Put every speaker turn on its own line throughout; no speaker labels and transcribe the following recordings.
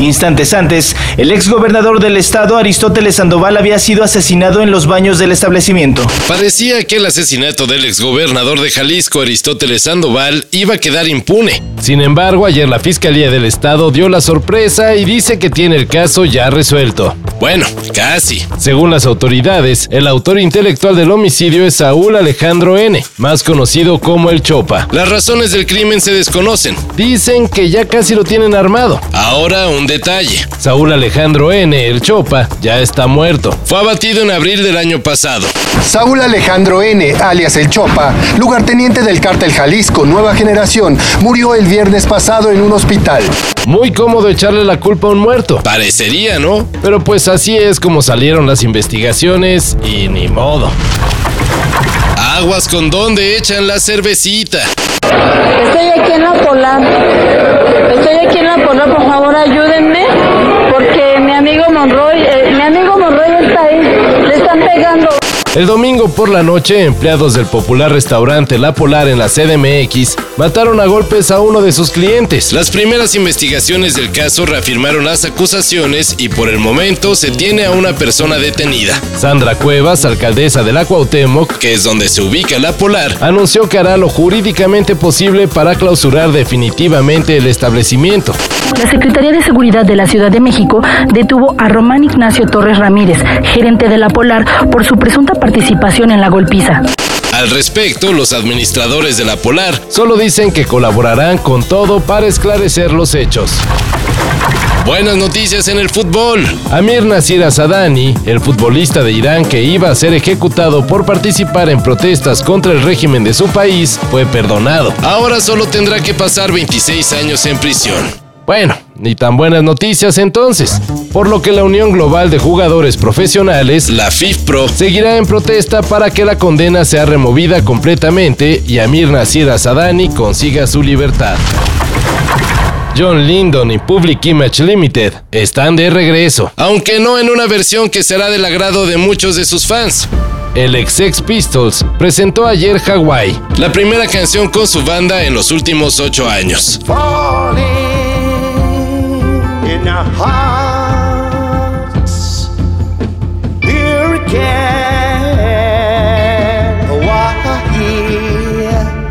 Instantes antes, el exgobernador del estado, Aristóteles Sandoval, había sido asesinado en los baños del establecimiento.
Parecía que el asesinato del exgobernador de Jalisco, Aristóteles Sandoval, iba a quedar impune. Sin embargo, ayer la Fiscalía del Estado dio la sorpresa y dice que tiene el caso ya resuelto. Bueno, casi. Según las autoridades, el autor intelectual del homicidio es Saúl Alejandro N., más conocido como el Chopa. Las razones del crimen se desconocen. Dicen que ya casi lo tienen armado. Ahora un detalle. Saúl Alejandro N., el Chopa, ya está muerto. Fue abatido en abril del año pasado.
Saúl Alejandro N., alias El Chopa, lugarteniente del cártel Jalisco Nueva Generación, murió el viernes pasado en un hospital.
Muy cómodo echarle la culpa a un muerto. Parecería, ¿no? Pero pues así es como salieron las investigaciones y ni modo. Aguas con donde echan la cervecita.
Estoy aquí en la Polar. Estoy aquí en la Polar, por favor ayúdenme, porque mi amigo Monroy, eh, mi amigo Monroy está ahí, le están pegando.
El domingo por la noche, empleados del popular restaurante La Polar en la CDMX mataron a golpes a uno de sus clientes. Las primeras investigaciones del caso reafirmaron las acusaciones y por el momento se tiene a una persona detenida. Sandra Cuevas, alcaldesa de la Cuauhtémoc, que es donde se ubica La Polar, anunció que hará lo jurídicamente posible para clausurar definitivamente el establecimiento.
La Secretaría de Seguridad de la Ciudad de México detuvo a Román Ignacio Torres Ramírez, gerente de La Polar, por su presunta participación en la golpiza.
Al respecto, los administradores de la Polar solo dicen que colaborarán con todo para esclarecer los hechos. Buenas noticias en el fútbol. Amir Nasir Asadani, el futbolista de Irán que iba a ser ejecutado por participar en protestas contra el régimen de su país, fue perdonado. Ahora solo tendrá que pasar 26 años en prisión. Bueno, ni tan buenas noticias entonces, por lo que la Unión Global de Jugadores Profesionales, la FIFPRO, seguirá en protesta para que la condena sea removida completamente y Amir Nasir Asadani consiga su libertad. John Lyndon y Public Image Limited están de regreso, aunque no en una versión que será del agrado de muchos de sus fans. El ex Sex Pistols presentó ayer Hawaii, la primera canción con su banda en los últimos ocho años. in our hearts. Here again,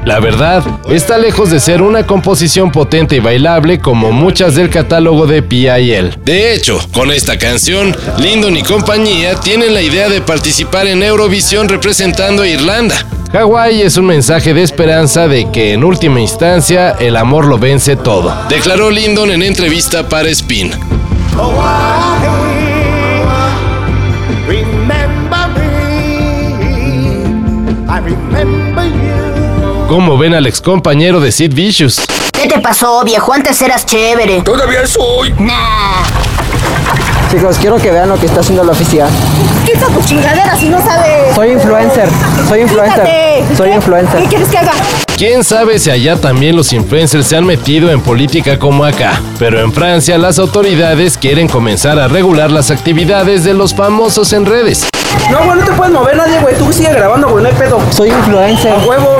La verdad, está lejos de ser una composición potente y bailable como muchas del catálogo de P.I.L. De hecho, con esta canción, Lyndon y compañía tienen la idea de participar en Eurovisión representando a Irlanda. Hawái es un mensaje de esperanza de que en última instancia el amor lo vence todo, declaró Lyndon en entrevista para Spin. ¿Cómo ven al ex compañero de Sid Vicious?
¿Qué te pasó, viejo? Antes eras chévere.
Todavía soy.
Nah.
Chicos, quiero que vean lo que está haciendo la oficina.
Quita tu chingadera si no sabes.
Soy influencer, soy influencer,
Quítate.
soy influencer.
¿Qué quieres que haga?
¿Quién sabe si allá también los influencers se han metido en política como acá? Pero en Francia las autoridades quieren comenzar a regular las actividades de los famosos en redes.
No, güey, no te puedes mover nadie, güey. Tú sigue grabando, güey, no hay pedo.
Soy influencer.
A huevo.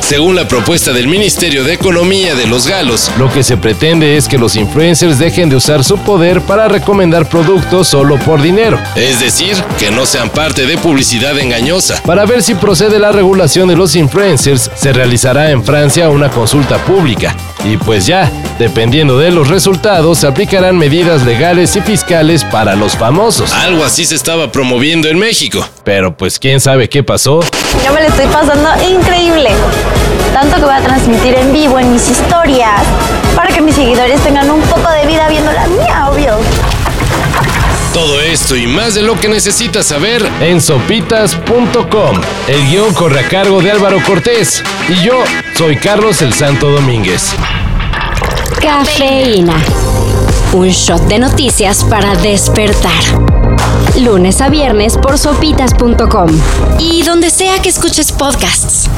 Según la propuesta del Ministerio de Economía de los Galos, lo que se pretende es que los influencers dejen de usar su poder para recomendar productos solo por dinero. Es decir, que no sean parte de publicidad engañosa. Para ver si procede la regulación de los influencers, se realizará en Francia una consulta pública. Y pues ya, dependiendo de los resultados, se aplicarán medidas legales y fiscales para los famosos. Algo así se estaba promoviendo en México. Pero pues quién sabe qué pasó.
Yo me lo estoy pasando increíble. Tanto que voy a transmitir en vivo en mis historias para que mis seguidores tengan un poco de vida viendo la mía, obvio.
Todo esto y más de lo que necesitas saber en sopitas.com. El guión corre a cargo de Álvaro Cortés y yo soy Carlos el Santo Domínguez.
Cafeína. Un shot de noticias para despertar. Lunes a viernes por sopitas.com. Y donde sea que escuches podcasts.